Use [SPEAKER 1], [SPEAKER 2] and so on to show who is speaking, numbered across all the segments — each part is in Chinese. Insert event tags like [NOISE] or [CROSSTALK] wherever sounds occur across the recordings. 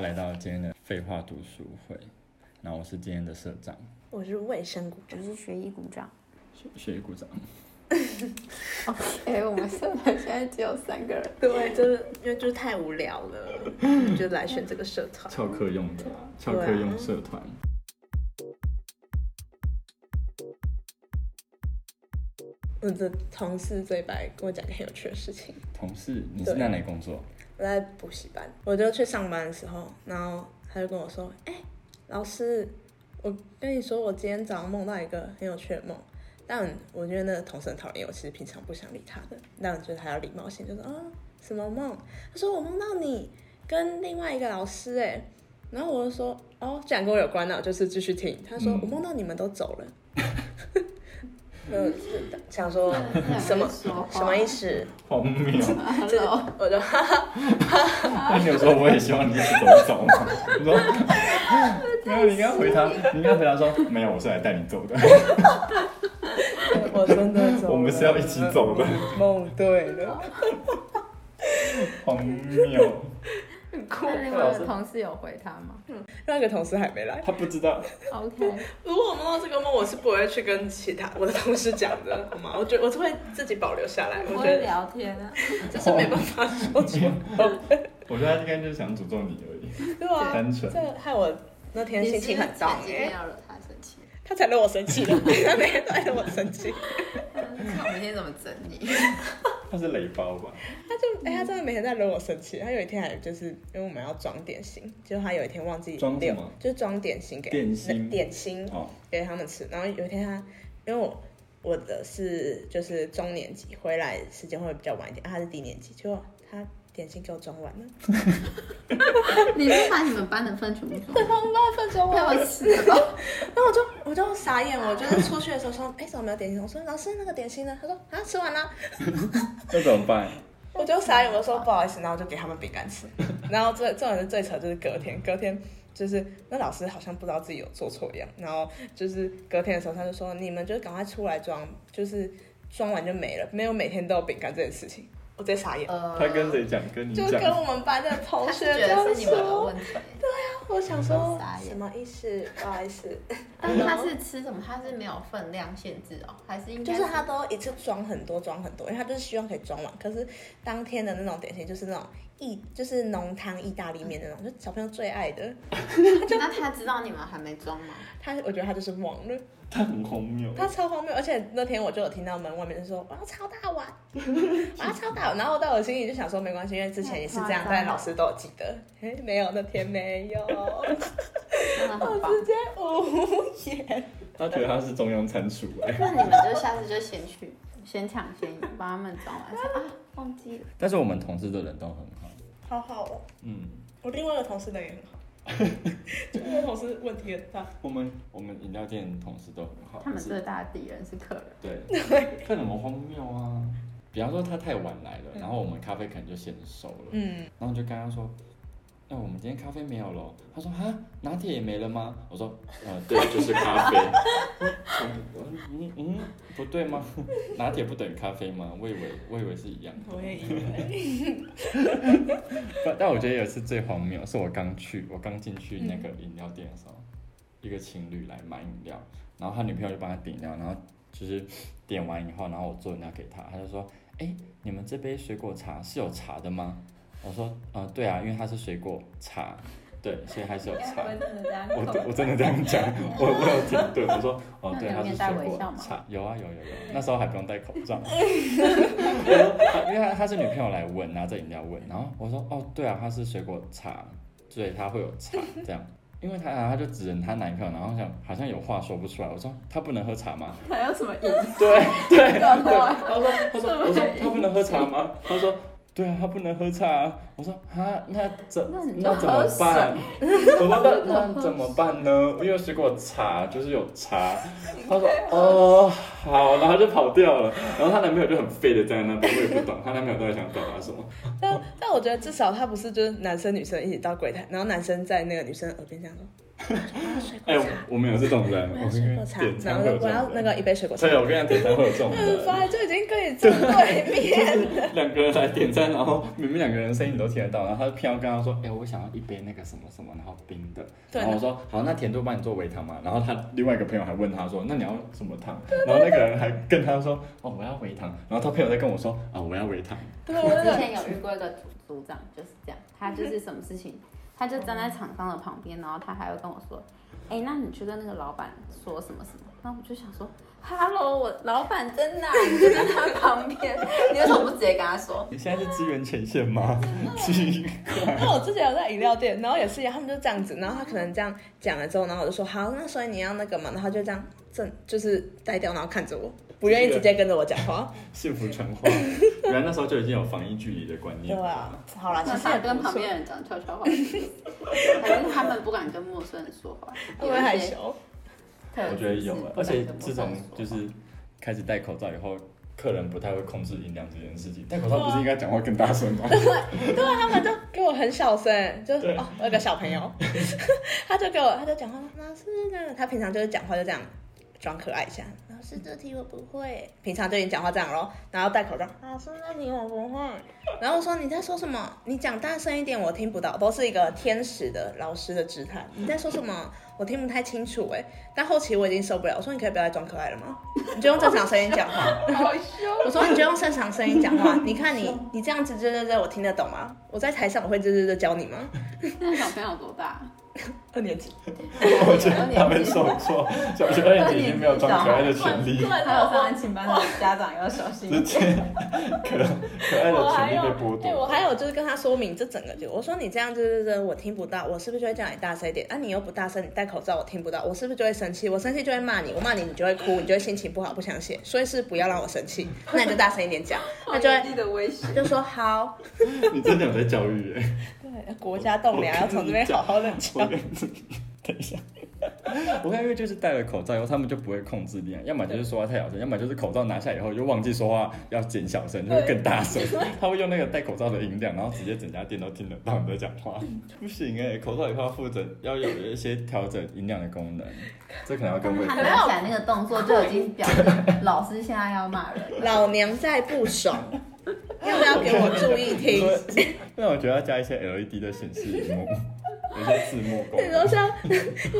[SPEAKER 1] 来到今天的废话读书会。那我是今天的社长，
[SPEAKER 2] 我是卫生股
[SPEAKER 3] 我
[SPEAKER 2] 长，
[SPEAKER 3] 是学医鼓掌。
[SPEAKER 1] 学学鼓掌。
[SPEAKER 3] 哦，哎、我们社团现在只有三个人。
[SPEAKER 2] 对，就是因为就是太无聊了， [LAUGHS] 就来选这个社团。
[SPEAKER 1] 翘课用的，啊翘
[SPEAKER 2] 啊
[SPEAKER 1] 课用社团。
[SPEAKER 2] 我的同事最白跟我讲一个很有趣的事情，
[SPEAKER 1] 同事，你是在哪里工作？
[SPEAKER 2] 我在补习班，我就去上班的时候，然后他就跟我说：“哎、老师，我跟你说，我今天早上梦到一个很有趣的梦。”但我觉得那个同事很讨厌，我其实平常不想理他的，但我觉得他有礼貌性，就说：“啊，什么梦？”他说：“我梦到你跟另外一个老师。”哎，然后我就说：“哦，既然跟我有关，那我就是继续听。”他说：“
[SPEAKER 1] 嗯
[SPEAKER 2] 我梦到你们都走了。”我就 [LAUGHS] 想说
[SPEAKER 3] 嗯
[SPEAKER 2] 什
[SPEAKER 3] 真的
[SPEAKER 2] 么
[SPEAKER 3] 很会说话
[SPEAKER 2] 什么意思？
[SPEAKER 1] [LAUGHS] 荒谬！
[SPEAKER 3] [LAUGHS] ？Hello，
[SPEAKER 2] 我就哈哈。
[SPEAKER 1] 那你有时候我也希望你是走一走吗？你
[SPEAKER 2] [LAUGHS]
[SPEAKER 1] 说没有，你应该回答，你应该回答说没有，我是来带你
[SPEAKER 2] [LAUGHS]
[SPEAKER 1] 走的。
[SPEAKER 2] 我真的走了
[SPEAKER 1] 我们是要一起走的。
[SPEAKER 2] 梦对了，
[SPEAKER 1] 荒谬！
[SPEAKER 3] 很酷。那另外的同事有回他吗
[SPEAKER 2] 另外一个同事还没来。
[SPEAKER 1] 他不知道，
[SPEAKER 3] ？OK，
[SPEAKER 2] 如果我梦到这个梦，我是不会去跟其他我的同事讲的，好吗？我觉得我是会自己保留下来，
[SPEAKER 3] 我
[SPEAKER 2] 我觉
[SPEAKER 3] 会
[SPEAKER 2] 得
[SPEAKER 3] 聊天啊。
[SPEAKER 2] [LAUGHS] 这是没办法说出来。
[SPEAKER 1] [LAUGHS] 我觉得他应该就是想诅咒你而已，
[SPEAKER 2] 对啊，
[SPEAKER 1] 单纯。
[SPEAKER 2] 这害我那天心情很
[SPEAKER 3] 早
[SPEAKER 2] 糟，
[SPEAKER 3] 没
[SPEAKER 2] 哎，
[SPEAKER 3] 有惹他生气。
[SPEAKER 2] 他才惹我生气的，他每天都在惹我生气。
[SPEAKER 3] 看我明天怎么整你。
[SPEAKER 1] 他是雷包吧？
[SPEAKER 2] 他就哎、他真的每天在惹我生气。他有一天还就是因为我们要装点心，结果他有一天忘记
[SPEAKER 1] 装什
[SPEAKER 2] 留
[SPEAKER 1] 么，
[SPEAKER 2] 就是装点心给
[SPEAKER 1] 点心
[SPEAKER 2] 点心
[SPEAKER 1] 哦，
[SPEAKER 2] 给他们吃。然后有一天他，因为我我的是就是中年级，回来时间会比较晚一点，啊、他是低年级，结果他点心给我装完了，
[SPEAKER 3] [LAUGHS] 你是把你们班的分全部装完，
[SPEAKER 2] 他妈分装
[SPEAKER 3] 那我
[SPEAKER 2] 了。
[SPEAKER 3] 死了。
[SPEAKER 2] 那我就我就傻眼，我就是出去的时候说，哎、怎么没有点心？我说老师那个点心呢？他说啊吃完了，
[SPEAKER 1] 那怎么办？
[SPEAKER 2] 我就傻眼，我就说不好意思，然后我就给他们饼干吃。然后最最好是最扯就是隔天，隔天。就是那老师好像不知道自己有做错一样，然后就是隔天的时候他就说：“你们就赶快出来装，就是装完就没了，没有每天都有饼干这件事情。”我直接傻眼。
[SPEAKER 3] 呃
[SPEAKER 1] 他跟？谁讲？跟你
[SPEAKER 2] 就跟
[SPEAKER 1] 讲。
[SPEAKER 2] 我们班的同
[SPEAKER 3] [LAUGHS] 他是
[SPEAKER 2] 学
[SPEAKER 3] 觉
[SPEAKER 2] 这样
[SPEAKER 3] 得是你们的
[SPEAKER 2] 说
[SPEAKER 3] 问，题。欸
[SPEAKER 2] 我想说
[SPEAKER 3] 傻眼
[SPEAKER 2] 什么意思？不好意思，
[SPEAKER 3] 但是他是吃什么？他是没有分量限制哦，还是应
[SPEAKER 2] 就
[SPEAKER 3] 该
[SPEAKER 2] 是他都一次装很多，装很多，因为他就是希望可以装完。可是当天的那种点心就是那种意，就是浓汤意大利面那种，就小朋友最爱的。
[SPEAKER 3] 那他知道你们还没装吗？
[SPEAKER 2] 他我觉得他就是忘了，
[SPEAKER 1] 他很荒谬。
[SPEAKER 2] 他超荒谬。而且那天我就有听到门外面就说我要超大碗， [LAUGHS] 我要超大碗。然后我在我心里就想说没关系，因为之前也是这样，
[SPEAKER 3] 太夸张了
[SPEAKER 2] 但老师都有记得。哎，没有，那天没有，哦
[SPEAKER 3] 真的
[SPEAKER 2] 我
[SPEAKER 3] 很棒。
[SPEAKER 2] 直接无言。
[SPEAKER 1] 他觉得他是中央参数哎。
[SPEAKER 3] 那你们就下次就先去，先抢先赢，帮他们装完。啊，忘记了。
[SPEAKER 1] 但是我们同事的人都很好。
[SPEAKER 2] 好好哦。
[SPEAKER 1] 嗯，
[SPEAKER 2] 我另外一个同事人也很好， [LAUGHS] 另外一个同事问题很大。
[SPEAKER 1] 我们我们饮料店同事都很好。
[SPEAKER 3] 他们
[SPEAKER 1] 是
[SPEAKER 3] 最大的敌人是客人。
[SPEAKER 1] 对，
[SPEAKER 2] [LAUGHS]
[SPEAKER 1] 看怎么荒谬啊！比方说他太晚来了，然后我们咖啡可能就先收了，
[SPEAKER 2] 嗯，
[SPEAKER 1] 然后我就跟他说。那、我们今天咖啡没有了，他说哈拿铁也没了吗？我说呃对，就是咖啡。 [LAUGHS] 嗯嗯嗯，不对吗？ [LAUGHS] 拿铁不等于咖啡吗？我以为我以为是一样的。
[SPEAKER 2] 我也以为。
[SPEAKER 1] 但但我觉得有一次最荒谬，是我刚去，我刚进去那个饮料店的时候，一个情侣来买饮料，然后他女朋友就帮他点饮料，然后就是点完以后，然后我做饮料给他，他就说：“哎、你们这杯水果茶是有茶的吗？”我说：“呃，对啊，因为它是水果茶，对，所以还是有茶。”
[SPEAKER 3] 真的这样
[SPEAKER 1] 我
[SPEAKER 3] [LAUGHS]
[SPEAKER 1] 我真的这样讲，我我有停顿，我说哦，
[SPEAKER 3] 那
[SPEAKER 1] 对，
[SPEAKER 3] 你有
[SPEAKER 1] 它是
[SPEAKER 3] 面带
[SPEAKER 1] 水
[SPEAKER 3] 微
[SPEAKER 1] 果
[SPEAKER 3] 笑吗
[SPEAKER 1] 茶，有啊有有有，那时候还不用戴口
[SPEAKER 3] [LAUGHS]
[SPEAKER 1] 罩。我说啊因为他他是女朋友来问，拿着饮料问，然后我说哦，对啊，它是水果茶，所以它会有茶这样。因为她然后她就指着她男朋友，然后想好像有话说不出来。我说她不能喝茶吗？ [LAUGHS]
[SPEAKER 3] 还有什么赢？
[SPEAKER 1] 对对对，
[SPEAKER 3] 搞错
[SPEAKER 1] 他
[SPEAKER 3] 了
[SPEAKER 1] 说他说我说他不能喝茶吗？他说对啊，他不能喝茶、啊。我说啊，那怎
[SPEAKER 3] 那你就
[SPEAKER 1] 那怎么
[SPEAKER 3] 喝水
[SPEAKER 1] 办？我说那那怎么办呢？因为水果茶就是有茶。他说哦好，然后就跑掉了。然后她男朋友就很废的站在那边，我也不懂她男朋友到底想表达什么。
[SPEAKER 2] 但但我觉得至少他不是就是男生女生一起到柜台，然后男生在那个女生耳边这样说：“水
[SPEAKER 1] 哎、
[SPEAKER 2] 果
[SPEAKER 1] 我
[SPEAKER 2] 茶，
[SPEAKER 1] 我们有这种人，
[SPEAKER 2] 我
[SPEAKER 1] 我
[SPEAKER 2] 要
[SPEAKER 1] 跟
[SPEAKER 2] 水
[SPEAKER 1] 你
[SPEAKER 2] 果
[SPEAKER 1] 讲
[SPEAKER 2] 茶，
[SPEAKER 1] 点
[SPEAKER 2] 然
[SPEAKER 1] 餐
[SPEAKER 2] 后
[SPEAKER 1] 会有
[SPEAKER 2] 我
[SPEAKER 1] 这
[SPEAKER 2] 要
[SPEAKER 1] 种
[SPEAKER 2] 那
[SPEAKER 1] 人。
[SPEAKER 2] 个一杯水果茶
[SPEAKER 1] 所以，。我跟你讲，点餐会有这种
[SPEAKER 2] 很
[SPEAKER 1] 人，
[SPEAKER 2] 烦，就已经跟你坐对 [LAUGHS] 面。
[SPEAKER 1] 两个人来点餐，然后明明两个人声音你都听得到，然后他偏要跟他说，哎、我想要一杯那个什么什么，然后冰的。
[SPEAKER 2] 对
[SPEAKER 1] 然后我说好，那甜度帮你做微糖嘛。然后他另外一个朋友还问他说，那你要什么糖？然后那个人还跟他说，哦，我要微糖。然后他朋友在跟我说，啊、我要微糖。
[SPEAKER 2] 对，
[SPEAKER 3] 我
[SPEAKER 2] 我真
[SPEAKER 3] 之
[SPEAKER 2] 的
[SPEAKER 3] 前有遇过一个组组长就是这样，他就是什么事情，他就站在厂商的旁边，然后他还会跟我说，哎、那你去跟那个老板说什么什么？那我就想说，Hello，我老板在哪？你就在他旁边，你为什么不直接跟他说？
[SPEAKER 1] 你现在是支援前线吗？奇怪。
[SPEAKER 2] [LAUGHS] 因为我之前有在饮料店，然后也是一样，他们就这样子，然后他可能这样讲了之后，然后我就说好，那所以你要那个嘛，然后他就这样正就是呆掉，然后看着我，不愿意直接跟着我讲话。
[SPEAKER 1] 幸福传话，原来那时候就已经有防疫距离的观
[SPEAKER 2] 对
[SPEAKER 1] 念。
[SPEAKER 2] 啊，好啦，其
[SPEAKER 3] 那
[SPEAKER 2] 实
[SPEAKER 3] 他
[SPEAKER 2] 也
[SPEAKER 3] 跟
[SPEAKER 2] 不
[SPEAKER 3] 旁
[SPEAKER 2] 错，
[SPEAKER 3] 边人讲悄
[SPEAKER 2] [LAUGHS]
[SPEAKER 3] 悄话，还是他们不敢跟陌生人说话，
[SPEAKER 2] 因为害羞。
[SPEAKER 1] 我觉得有啊
[SPEAKER 3] 是，
[SPEAKER 1] 而
[SPEAKER 3] 不敢
[SPEAKER 1] 且
[SPEAKER 3] 跟陌
[SPEAKER 1] 自
[SPEAKER 3] 生人
[SPEAKER 1] 从
[SPEAKER 3] 说
[SPEAKER 1] 就
[SPEAKER 3] 话
[SPEAKER 1] 是开始戴口罩以后，客人不太会控制音量这件事情。戴口罩不是应该讲话更大声吗？
[SPEAKER 2] 对啊，他们就给我很小声，就是
[SPEAKER 1] 对
[SPEAKER 2] 哦，我有个小朋友， [LAUGHS] 他就给我，他就讲话，老师呢，他平常就是讲话就这样装可爱一下，老师这题我不会，平常就已经讲话这样咯，然后戴口罩，老师这题我不会，然后我说你在说什么？你讲大声一点，我听不到，都是一个天使的老师的姿态，你在说什么？我听不太清楚哎、但后期我已经受不了，我说你可以不要再装可爱了吗？你就用正常声音讲话。
[SPEAKER 3] [LAUGHS] 好羞。
[SPEAKER 2] [LAUGHS] 我说你就用正常声音讲话， [LAUGHS] 你看你你这样子吱吱吱，我听得懂吗？我在台上我会吱吱吱教你吗？
[SPEAKER 3] [LAUGHS] 那小朋友多大？
[SPEAKER 2] 二年级，
[SPEAKER 1] 我觉得
[SPEAKER 3] 啊
[SPEAKER 1] 他们受挫，小学二年级已哎经没有装可爱的权
[SPEAKER 3] [LAUGHS]
[SPEAKER 1] 利，
[SPEAKER 3] 然还有上安琴班的家长要小心
[SPEAKER 1] 直接可可爱的权利被剥
[SPEAKER 2] 对我
[SPEAKER 1] 夺。
[SPEAKER 2] 还有就是跟他说明这整个就，我说你这样吱吱吱，我听不到，我是不是就会叫你大声一点？啊，你又不大声，你戴口罩，我听不到，我是不是就会生气？我生气就会骂你，我骂你你就会哭，你就会心情不好，不想写，所以是不要让我生气， [LAUGHS] 那你就大声一点讲，那就会
[SPEAKER 3] 记得威胁。
[SPEAKER 2] 就说好，
[SPEAKER 1] 你真的有在教育哎、
[SPEAKER 2] 对，国家栋梁要从这边好好的
[SPEAKER 1] 我
[SPEAKER 2] 讲
[SPEAKER 1] 跟，你等一下，我看因为就是戴了口罩以后，他们就不会控制力量，要么就是说话太小声，要么就是口罩拿下以后就忘记说话要减小声，就会更大声。 [LAUGHS] 他会用那个戴口罩的音量，然后直接整家店都听得到你在讲话。不行哎、口罩以后要负责要有一些调整音量的功能，这可能要跟卫
[SPEAKER 3] 他
[SPEAKER 1] 生
[SPEAKER 3] 刚刚想那个动作就已经表
[SPEAKER 1] [LAUGHS]
[SPEAKER 3] 示老师现在要骂人了。
[SPEAKER 2] 老娘在不爽，要不要给我注意听？
[SPEAKER 1] [LAUGHS] 那我觉得要加一些 LED 的显示屏幕，有些字幕功
[SPEAKER 2] 你说
[SPEAKER 1] 能。
[SPEAKER 2] 像， [LAUGHS] 你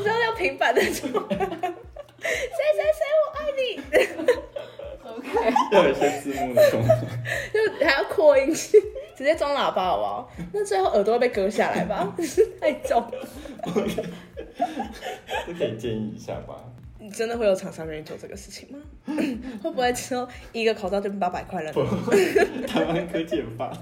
[SPEAKER 2] 知道像平板那种，谁谁谁我爱你，
[SPEAKER 3] OK，
[SPEAKER 1] 要有一些字幕的功能。
[SPEAKER 2] 就还要扩音器，直接装喇叭好不好？那最后耳朵会被割下来吧？ [LAUGHS] 太重，
[SPEAKER 1] 这可以建议一下吧。
[SPEAKER 2] 你真的会有厂商愿意做这个事情吗？会不会之后一个口罩就八百块了？
[SPEAKER 1] [LAUGHS] 台湾科技很发达，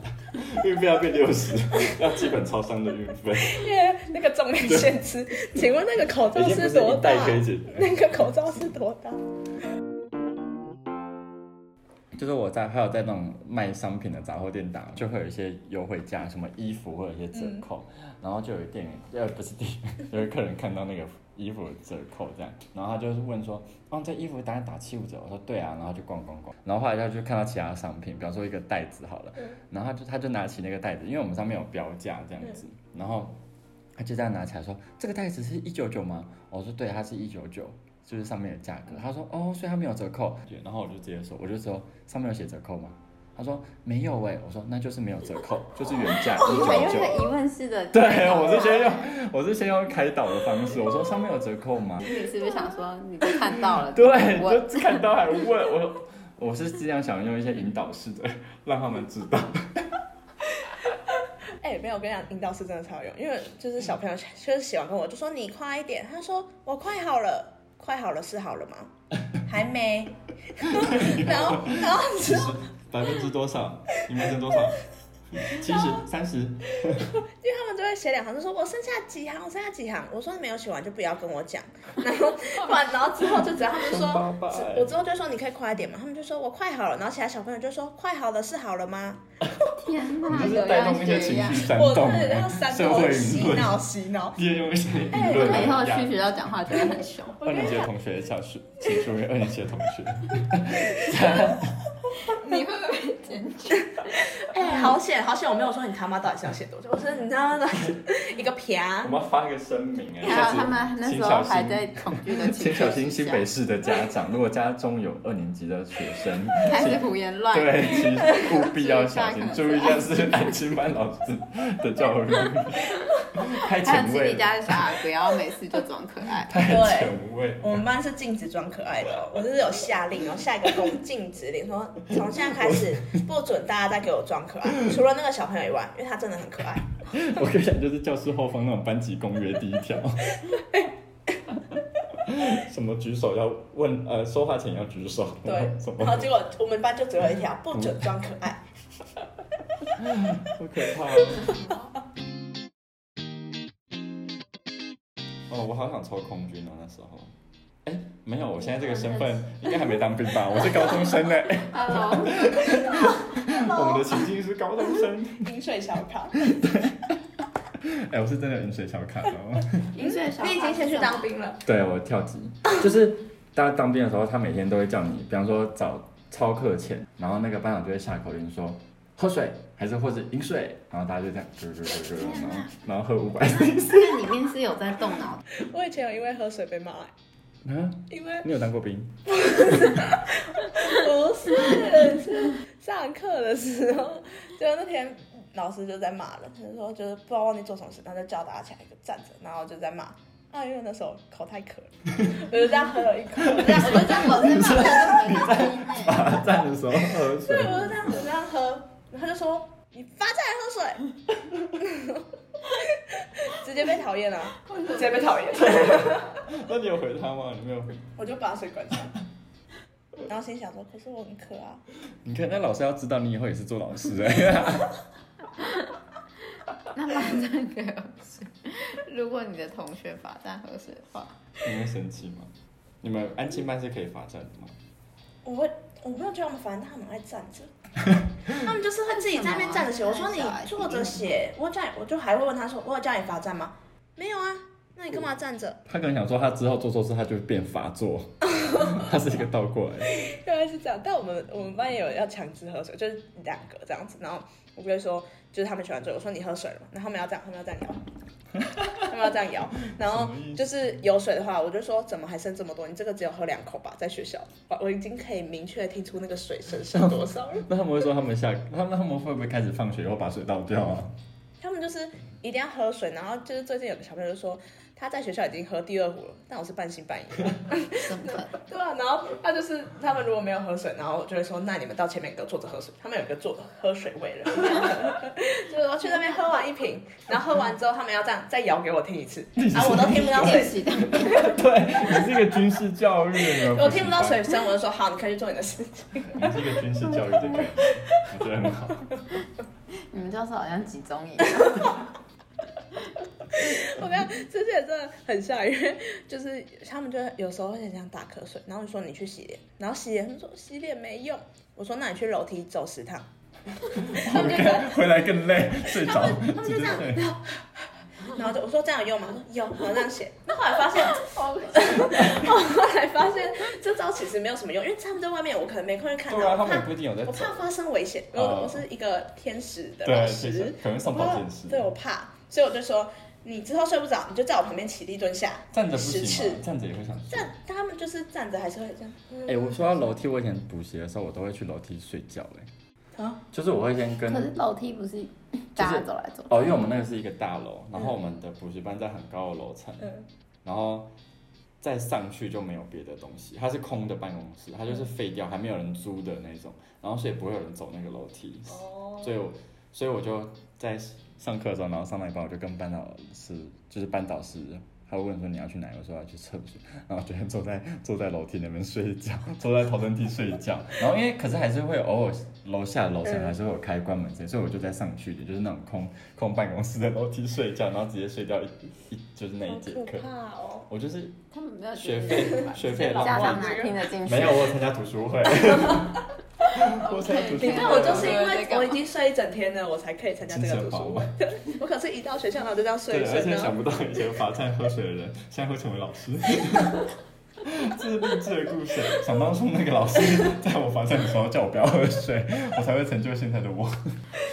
[SPEAKER 1] 运费要变六十， [LAUGHS] 要基本超商的运
[SPEAKER 2] [LAUGHS]
[SPEAKER 1] 费，
[SPEAKER 2] 因为那个重量限制，请问那个口罩
[SPEAKER 1] 已经不是
[SPEAKER 2] 多
[SPEAKER 1] 一
[SPEAKER 2] 大
[SPEAKER 1] 代？可以解决。
[SPEAKER 2] 那个口罩是多大？
[SPEAKER 1] [LAUGHS] 就是我在还有在那种卖商品的杂货店打，就会有一些优惠价，什么衣服会有一些折扣，然后就有店员，呃，不是 [LAUGHS] 店员，有一个客人看到那个衣服折扣这样，然后他就是问说，哦，这衣服打打七五折，我说对啊，然后就逛逛逛，然后后来他就看到其他商品，比方说一个袋子好了，然后他就他就拿起那个袋子，因为我们上面有标价这样子，然后他就这样拿起来说，这个袋子是一九九吗？我说对，它是一九九。就是上面的价格，他说哦，所以它没有折扣，然后我就直接说，我就说上面有写折扣吗？他说没有哎、我说那就是没有折扣，就是哦原价一
[SPEAKER 3] 你还用
[SPEAKER 1] 九
[SPEAKER 3] 那
[SPEAKER 1] 九。
[SPEAKER 3] 个疑问式
[SPEAKER 1] [LAUGHS]
[SPEAKER 3] 的？啊
[SPEAKER 1] 对，我是先用我是先用开导的方式，我说上面有折扣吗？
[SPEAKER 3] 你是不是想说你都看到了？
[SPEAKER 1] [LAUGHS] 对，
[SPEAKER 3] 我
[SPEAKER 1] 就看到还问我， [LAUGHS] 我是尽量想用一些引导式的，让他们知 [LAUGHS] 道。
[SPEAKER 2] 哎、没有，我跟你讲，引导是真的超有用，因为就是小朋
[SPEAKER 1] 嗯
[SPEAKER 2] 友就是喜欢跟我，就说你快一点，他说我快好了，快好了是好了吗？还没，
[SPEAKER 1] [LAUGHS]
[SPEAKER 2] 然后然后
[SPEAKER 1] 其实百分之多少？你们是多少？七十、三十，
[SPEAKER 2] 因为他们就会写两行，就说我剩下几行，我剩下几行，我说你没有写完就不要跟我讲，然后不然然后之后就只要他们
[SPEAKER 1] 凶巴
[SPEAKER 2] 说，
[SPEAKER 1] 巴欸
[SPEAKER 2] 我之后就说你可以快一点嘛，他们就说我快好了，然后其他小朋友就说快好了是好了吗？
[SPEAKER 3] 天
[SPEAKER 1] 你
[SPEAKER 3] 哪，
[SPEAKER 1] 就是
[SPEAKER 3] 有
[SPEAKER 1] 带
[SPEAKER 3] 样
[SPEAKER 1] 动一些
[SPEAKER 3] 学
[SPEAKER 1] 情
[SPEAKER 3] 样
[SPEAKER 1] 绪。煽
[SPEAKER 2] 我
[SPEAKER 1] 动
[SPEAKER 2] 真的
[SPEAKER 1] 欸
[SPEAKER 2] 要煽
[SPEAKER 1] 社
[SPEAKER 2] 动
[SPEAKER 1] 会
[SPEAKER 2] 我洗
[SPEAKER 1] 舆论。
[SPEAKER 2] 脑洗脑，
[SPEAKER 1] 利用一些舆
[SPEAKER 2] 哎
[SPEAKER 1] 论
[SPEAKER 2] 我
[SPEAKER 1] 来
[SPEAKER 3] 以
[SPEAKER 1] [LAUGHS]
[SPEAKER 3] 后
[SPEAKER 1] 压
[SPEAKER 3] 去学校讲话就会很凶。
[SPEAKER 1] 二年级的同学下去，请出为二年级的同学。
[SPEAKER 3] [LAUGHS] 你会不会先去。
[SPEAKER 2] 哎、好险，好险！我没有说你他妈到底是要写多久，我说你他妈的
[SPEAKER 1] [LAUGHS]
[SPEAKER 2] 一个撇
[SPEAKER 1] [LAUGHS] 我们要发一个声明哎，
[SPEAKER 3] 还有他们
[SPEAKER 1] 下
[SPEAKER 3] 那
[SPEAKER 1] 次
[SPEAKER 3] 时
[SPEAKER 1] 请
[SPEAKER 3] 候
[SPEAKER 1] 小
[SPEAKER 3] 还
[SPEAKER 1] 心。
[SPEAKER 3] 在恐惧的情
[SPEAKER 1] 请
[SPEAKER 3] 绪
[SPEAKER 1] 小心
[SPEAKER 3] 之
[SPEAKER 1] 新
[SPEAKER 3] 下
[SPEAKER 1] 北市的家长，如果家中有二年级的学生，
[SPEAKER 3] 开始
[SPEAKER 1] 请
[SPEAKER 3] 胡言乱语。
[SPEAKER 1] 对，请务必要小心，
[SPEAKER 3] 注
[SPEAKER 1] 注
[SPEAKER 3] 意
[SPEAKER 1] 意
[SPEAKER 3] 一
[SPEAKER 1] 一
[SPEAKER 3] 下
[SPEAKER 1] 下是安亲班老师的教育，太
[SPEAKER 3] [LAUGHS] 还有
[SPEAKER 1] 前
[SPEAKER 3] 自
[SPEAKER 1] 卫
[SPEAKER 3] 己
[SPEAKER 1] 了，
[SPEAKER 3] 家的小孩，不要每次就装可爱。
[SPEAKER 1] 太前卫。
[SPEAKER 2] 我们班是禁止装可爱的哦，我就是有下令哦，下一个公禁止令，说从现在开
[SPEAKER 1] [LAUGHS]
[SPEAKER 2] 始不准大家再给我装可爱，除了那个小朋友以外，因为他真的很可爱。
[SPEAKER 1] 我跟你讲，就是教室后方那种班级公约第一条，什么举手要问，呃，说话前要举手，
[SPEAKER 2] 对
[SPEAKER 1] 什，么嗯
[SPEAKER 2] 然后结果我们班就只有一条，不准装可爱。
[SPEAKER 1] 好可怕哦！ [LAUGHS] 哦，我好想抽空军哦，那时候。哎，没有，我现在这个身份应该还没当兵吧？我是高中生呢，
[SPEAKER 3] [LAUGHS] [LAUGHS] Hello，
[SPEAKER 1] 我们的情境是高中生。
[SPEAKER 2] 饮水小
[SPEAKER 1] [LAUGHS]
[SPEAKER 2] 卡，
[SPEAKER 1] 哎、我是真的有饮水小卡哦。
[SPEAKER 3] 饮水小孩。
[SPEAKER 2] 你已经先去当兵了，
[SPEAKER 1] [LAUGHS] 对，我跳级，就是大家当兵的时候，他每天都会叫你，比方说早操课前，然后那个班长就会下口令说喝水，还是或者饮水，然后大家就这样，嘟嘟嘟嘟，然后然后喝五百。 [LAUGHS]
[SPEAKER 3] 这里面是有在动脑的，
[SPEAKER 2] 我以前有因为喝水被骂、
[SPEAKER 1] 啊，
[SPEAKER 2] 因为
[SPEAKER 1] 你有当过兵？
[SPEAKER 2] 不是，是上课的时候，就那天老师就在骂人，就是说就是不知道忘记做什么事，他就叫大家起来站着，然后就在骂。啊，因为那时候口太渴 [LAUGHS] 了，我就这样喝了一口，我就这样我就这样喝，
[SPEAKER 3] 啊我是马上
[SPEAKER 1] 罚站的时候喝水
[SPEAKER 2] 对，。我就这样子这样喝，然后他就说你发站喝水， [LAUGHS] 直接被讨厌了，直接被讨厌，
[SPEAKER 1] [LAUGHS] 那你有回他吗？你没有回。
[SPEAKER 2] 我就把水关上，然后心想说，可是我很渴啊，
[SPEAKER 1] 你看，那老师要知道你以后也是做老师哎、
[SPEAKER 3] [LAUGHS] 那罚站给我水。如果你的同学罚站喝水的话，
[SPEAKER 1] 你会生气吗？你们安亲班是可以罚站的吗？
[SPEAKER 2] 我会，我朋友觉得我们烦，他们爱站着，他们就是会自己在那边站着写。我说你坐着写，我叫你，我就还会问他说，我有叫你罚站吗？没有啊，那你干嘛站着？
[SPEAKER 1] 他可能想说，他之后做错事，他就会变罚坐，他是一个倒过来的。
[SPEAKER 2] 原来是这样，但我们我们班也有要强制喝水，就是两个这样子，然后我就会说，就是他们喜欢醉，我说你喝水了吗？然后他们要这样，他们要这样摇，他们要这样摇，然后就是有水的话，我就说怎么还剩这么多？你这个只有喝两口吧，在学校，我我已经可以明确地听出那个水剩剩多少了。
[SPEAKER 1] 那他们会说他们下，他们他们会不会开始放学后把水倒掉啊？
[SPEAKER 2] 他们就是一定要喝水，然后就是最近有个小朋友就说他在学校已经喝第二壶了，但我是半信半疑。
[SPEAKER 3] 怎么可能？
[SPEAKER 2] [LAUGHS] 对啊，然后他就是他们如果没有喝水，然后我就会说那你们到前面给我坐着喝水，他们有一个坐着喝水位了，就是我去那边喝完一瓶，然后喝完之后他们要这样再摇给我听一次，然后我都听不到水，
[SPEAKER 3] 练 [LAUGHS] 习的，
[SPEAKER 1] [LAUGHS] 对，你是一个军事教育，你们
[SPEAKER 2] 我听不到水声，我就说好，你可以去做你的事。
[SPEAKER 1] 你是一个军事教育的概念，我觉得很好。
[SPEAKER 3] 你们教授好像集中营。 [LAUGHS]
[SPEAKER 2] [LAUGHS] 我跟你讲之前真的很像，因为就是他们就会有时候会很想打瞌睡，然后就说你去洗脸，然后洗脸，他们说洗脸没用，我说那你去楼梯走十趟，
[SPEAKER 1] 我看回来更累，睡着
[SPEAKER 2] 他们
[SPEAKER 1] 直接
[SPEAKER 2] 就这样
[SPEAKER 1] 睡。
[SPEAKER 2] 然后就我说这样有用吗？他说有，然后这样写。那后来发现， [LAUGHS] 我后来发现这招其实没有什么用，因为他们在外面，我可能没空去看
[SPEAKER 1] 对啊，
[SPEAKER 2] 到，
[SPEAKER 1] 他
[SPEAKER 2] 我
[SPEAKER 1] 们也
[SPEAKER 2] 怕
[SPEAKER 1] 不一定有在
[SPEAKER 2] 我
[SPEAKER 1] 走。
[SPEAKER 2] 怕发生危险，我、
[SPEAKER 1] 哦
[SPEAKER 2] 我是一个天使的
[SPEAKER 1] 对
[SPEAKER 2] 老，
[SPEAKER 1] 其实
[SPEAKER 2] 师，
[SPEAKER 1] 可能
[SPEAKER 2] 我
[SPEAKER 1] 上保
[SPEAKER 2] 怕
[SPEAKER 1] 健室，
[SPEAKER 2] 对我啊怕，所以我就说你之后睡不着，你就在我旁边起立蹲下，
[SPEAKER 1] 站着不
[SPEAKER 2] 十
[SPEAKER 1] 行
[SPEAKER 2] 次
[SPEAKER 1] 吗？站着也会想睡。
[SPEAKER 2] 站他们就是站着还是会这样。嗯
[SPEAKER 1] 哎、我说到楼梯，我以前补习的时候，我都会去楼梯睡觉、哎，
[SPEAKER 2] 啊，
[SPEAKER 1] 就是我会先跟
[SPEAKER 3] 可是楼梯不是大家走来走去，
[SPEAKER 1] 哦，因为我们那个是一个大楼，然后我们的补习班在很高的楼层，
[SPEAKER 2] 嗯
[SPEAKER 1] 然后再上去就没有别的东西，它是空的办公室，它就是废掉，还没有人租的那种，然后所以不会有人走那个楼梯，
[SPEAKER 2] 哦，
[SPEAKER 1] 所以我所以我就在上课的时候，然后上到一半我就跟班导师，就是班导师。他会问说你要去哪里？我说要去厕所， [LAUGHS] 然后我就坐在坐在楼梯那边睡 [LAUGHS] 觉，坐在逃生梯睡觉。然后因为可是还是会有偶尔楼下楼层
[SPEAKER 2] 嗯
[SPEAKER 1] 还是会有开关门之类，所以我就在上去的，就是那种空空办公室的楼梯睡觉，然后直接睡掉一一就是那一节
[SPEAKER 2] 好可
[SPEAKER 1] 课。
[SPEAKER 2] 怕哦。
[SPEAKER 1] 我就是
[SPEAKER 3] 他们没有
[SPEAKER 1] 学费学费浪
[SPEAKER 3] 家
[SPEAKER 1] 费
[SPEAKER 3] 长哪听得
[SPEAKER 2] 啊
[SPEAKER 3] 进去？
[SPEAKER 1] 没有，我有参加读书
[SPEAKER 2] [LAUGHS]
[SPEAKER 1] 会。我参加读书
[SPEAKER 2] 你
[SPEAKER 1] 会，
[SPEAKER 2] 看，我就是因为我已经睡一整天了，我才可以参加这个读书会。我可是一到学校然后就这样睡
[SPEAKER 1] 对，
[SPEAKER 2] 一
[SPEAKER 1] 而
[SPEAKER 2] 睡，
[SPEAKER 1] 且
[SPEAKER 2] 然
[SPEAKER 1] [LAUGHS]
[SPEAKER 2] 后
[SPEAKER 1] 想不到以前罚站喝水的人，现在会成为老师。这是励志的故事。啊想当初那个老师 [LAUGHS] 在我罚站的时候叫我不要喝水， [LAUGHS] 我才会成就现在的我。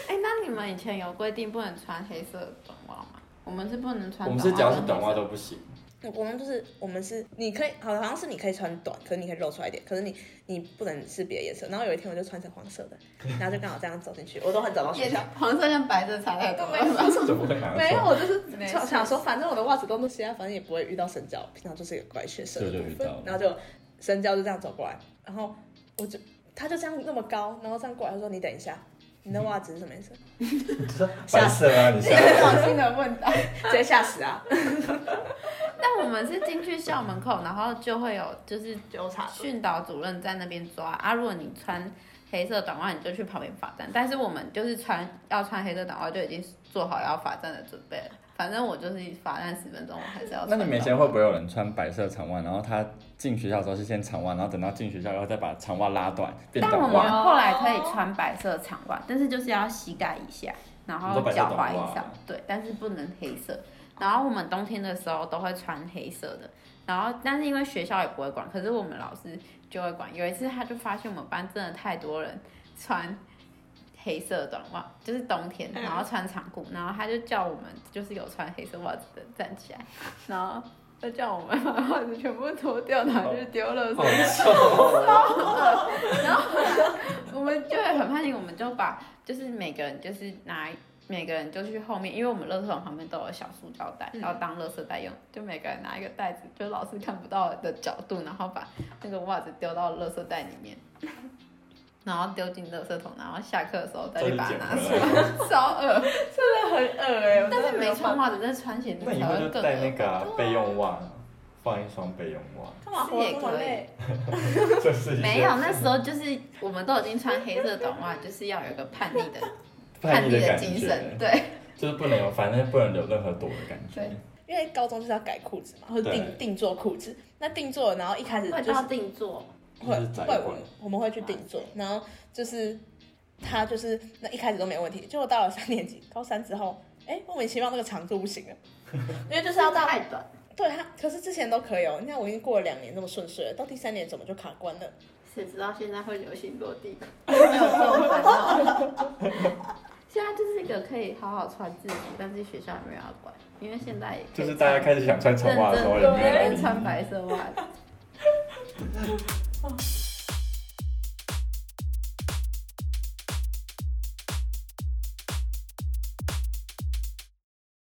[SPEAKER 3] 哎、那你们以前有规定不能穿黑色的短袜吗？我们是不能
[SPEAKER 1] [LAUGHS]
[SPEAKER 3] 穿
[SPEAKER 1] 我
[SPEAKER 3] 短袜跟黑色，
[SPEAKER 1] 们是只要是短袜都不行，
[SPEAKER 2] 我们就是我们是你可以，好好像是你可以穿短，可是你可以露出来一点，可是你你不能是别的颜色。然后有一天我就穿成黄色
[SPEAKER 1] [LAUGHS]
[SPEAKER 2] 的，然后就刚好这样走进去，我都很早到学
[SPEAKER 3] 也
[SPEAKER 2] 校，
[SPEAKER 3] 黄色跟白色差太多
[SPEAKER 1] [LAUGHS]
[SPEAKER 3] [LAUGHS] 了吧。
[SPEAKER 1] 怎么会拿
[SPEAKER 2] 没有，
[SPEAKER 1] 错？
[SPEAKER 2] 我就是
[SPEAKER 3] 没事
[SPEAKER 2] 想想说，反正我的袜子都露西啊，反正也不会遇到神教，平常就是一个乖学生的
[SPEAKER 1] 对
[SPEAKER 2] 部
[SPEAKER 1] 对
[SPEAKER 2] 分，
[SPEAKER 1] 遇到了
[SPEAKER 2] 然后就神教就这样走过来，然后我就他就这样那么高，然后这样过来，他说你等一下，你的袜子是什么颜色？
[SPEAKER 1] 白色啊，你
[SPEAKER 3] 这
[SPEAKER 1] 下。
[SPEAKER 3] 是我性的问答。
[SPEAKER 2] 直接吓死啊！
[SPEAKER 3] 但我们是进去校门口，然后就会有就是纠察训导主任在那边抓啊。如果你穿黑色短袜，你就去旁边罚站。但是我们就是穿要穿黑色短袜，就已经做好要罚站的准备了。反正我就是罚站十分钟，我还是要
[SPEAKER 1] [LAUGHS]
[SPEAKER 3] 穿
[SPEAKER 1] 那
[SPEAKER 3] 短袜。
[SPEAKER 1] 你们以前会不会有人穿白色长袜，然后他进学校的时候是先长袜，然后等到进学校以后再把长袜拉短变
[SPEAKER 3] 但我
[SPEAKER 1] 短
[SPEAKER 3] 们
[SPEAKER 1] 袜？
[SPEAKER 3] 后来可以穿白色长袜，但是就是要膝盖以下，然
[SPEAKER 1] 你
[SPEAKER 3] 后
[SPEAKER 1] 说白色
[SPEAKER 3] 脚
[SPEAKER 1] 短
[SPEAKER 3] 踝以
[SPEAKER 1] 袜
[SPEAKER 3] 上，对，但是不能黑色。然后我们冬天的时候都会穿黑色的，然后但是因为学校也不会管，可是我们老师就会管。有一次他就发现我们班真的太多人穿黑色短袜，就是冬天，
[SPEAKER 2] 嗯
[SPEAKER 3] 然后穿长裤，然后他就叫我们就是有穿黑色袜子的站起来，然后就叫我们把袜子全部脱掉，然后就丢了。
[SPEAKER 1] 好臭！
[SPEAKER 3] 然 [LAUGHS] 后我们就会很叛逆，我们就把就是每个人就是拿每个人就去后面，因为我们垃圾桶旁边都有小塑胶袋，
[SPEAKER 2] 嗯
[SPEAKER 3] 然后当垃圾袋用，就每个人拿一个袋子，就老师看不到的角度，然后把那个袜子丢到垃圾袋里面。 [LAUGHS] 然后丢进垃圾桶，然后下课的时候再去把它拿出
[SPEAKER 1] 再去捡
[SPEAKER 3] 来，超恶。
[SPEAKER 2] 真的很恶哎、我真
[SPEAKER 3] 但
[SPEAKER 2] 的
[SPEAKER 3] 是没
[SPEAKER 2] 有
[SPEAKER 3] 穿
[SPEAKER 2] 办法
[SPEAKER 3] 袜子，再穿鞋子
[SPEAKER 1] 那以
[SPEAKER 3] 才
[SPEAKER 1] 后
[SPEAKER 3] 会
[SPEAKER 1] 就
[SPEAKER 3] 更
[SPEAKER 1] 带那
[SPEAKER 3] 恶。
[SPEAKER 1] 个啊备用袜，放一双备用袜，
[SPEAKER 2] 干嘛活得这么累？
[SPEAKER 1] 就是一些
[SPEAKER 3] 没有，那时候就是我们都已经穿黑色短袜，就是要有一个叛逆的
[SPEAKER 1] [LAUGHS] 叛逆
[SPEAKER 3] 逆
[SPEAKER 1] 的
[SPEAKER 3] 的
[SPEAKER 1] 感
[SPEAKER 3] 精
[SPEAKER 1] 觉
[SPEAKER 3] 神，，对。
[SPEAKER 1] 就是不能有，反正不能有任何躲的感觉
[SPEAKER 3] 对。
[SPEAKER 2] 因为高中就是要改裤子嘛，或者
[SPEAKER 1] 对
[SPEAKER 2] 定定做裤子。那定做，然后一开始
[SPEAKER 3] 会
[SPEAKER 2] 就是
[SPEAKER 3] 到定做，
[SPEAKER 2] 会
[SPEAKER 1] 就是窄
[SPEAKER 2] 会
[SPEAKER 1] 管
[SPEAKER 2] 我们我们会去定做，然后就是他就是那一开始都没问题，结果到了三年级高三之后，哎，莫名其妙那个长度不行了， [LAUGHS] 因为就是要到
[SPEAKER 3] 太短，
[SPEAKER 2] 对他，可是之前都可以哦，你看我已经过了两年那么顺遂了，到第三年怎么就卡关了？
[SPEAKER 3] 谁知道现在会流行落地？没有这种烦恼。 [LAUGHS] 现在就是一个可以好好穿制服，但是学校没有要管，因为现在也可
[SPEAKER 1] 就
[SPEAKER 3] 以
[SPEAKER 1] 是大家开始想穿长袜的时候，
[SPEAKER 3] 认
[SPEAKER 1] 也没
[SPEAKER 3] 真
[SPEAKER 1] 有
[SPEAKER 3] 对
[SPEAKER 1] 人
[SPEAKER 3] 认真穿白色袜子。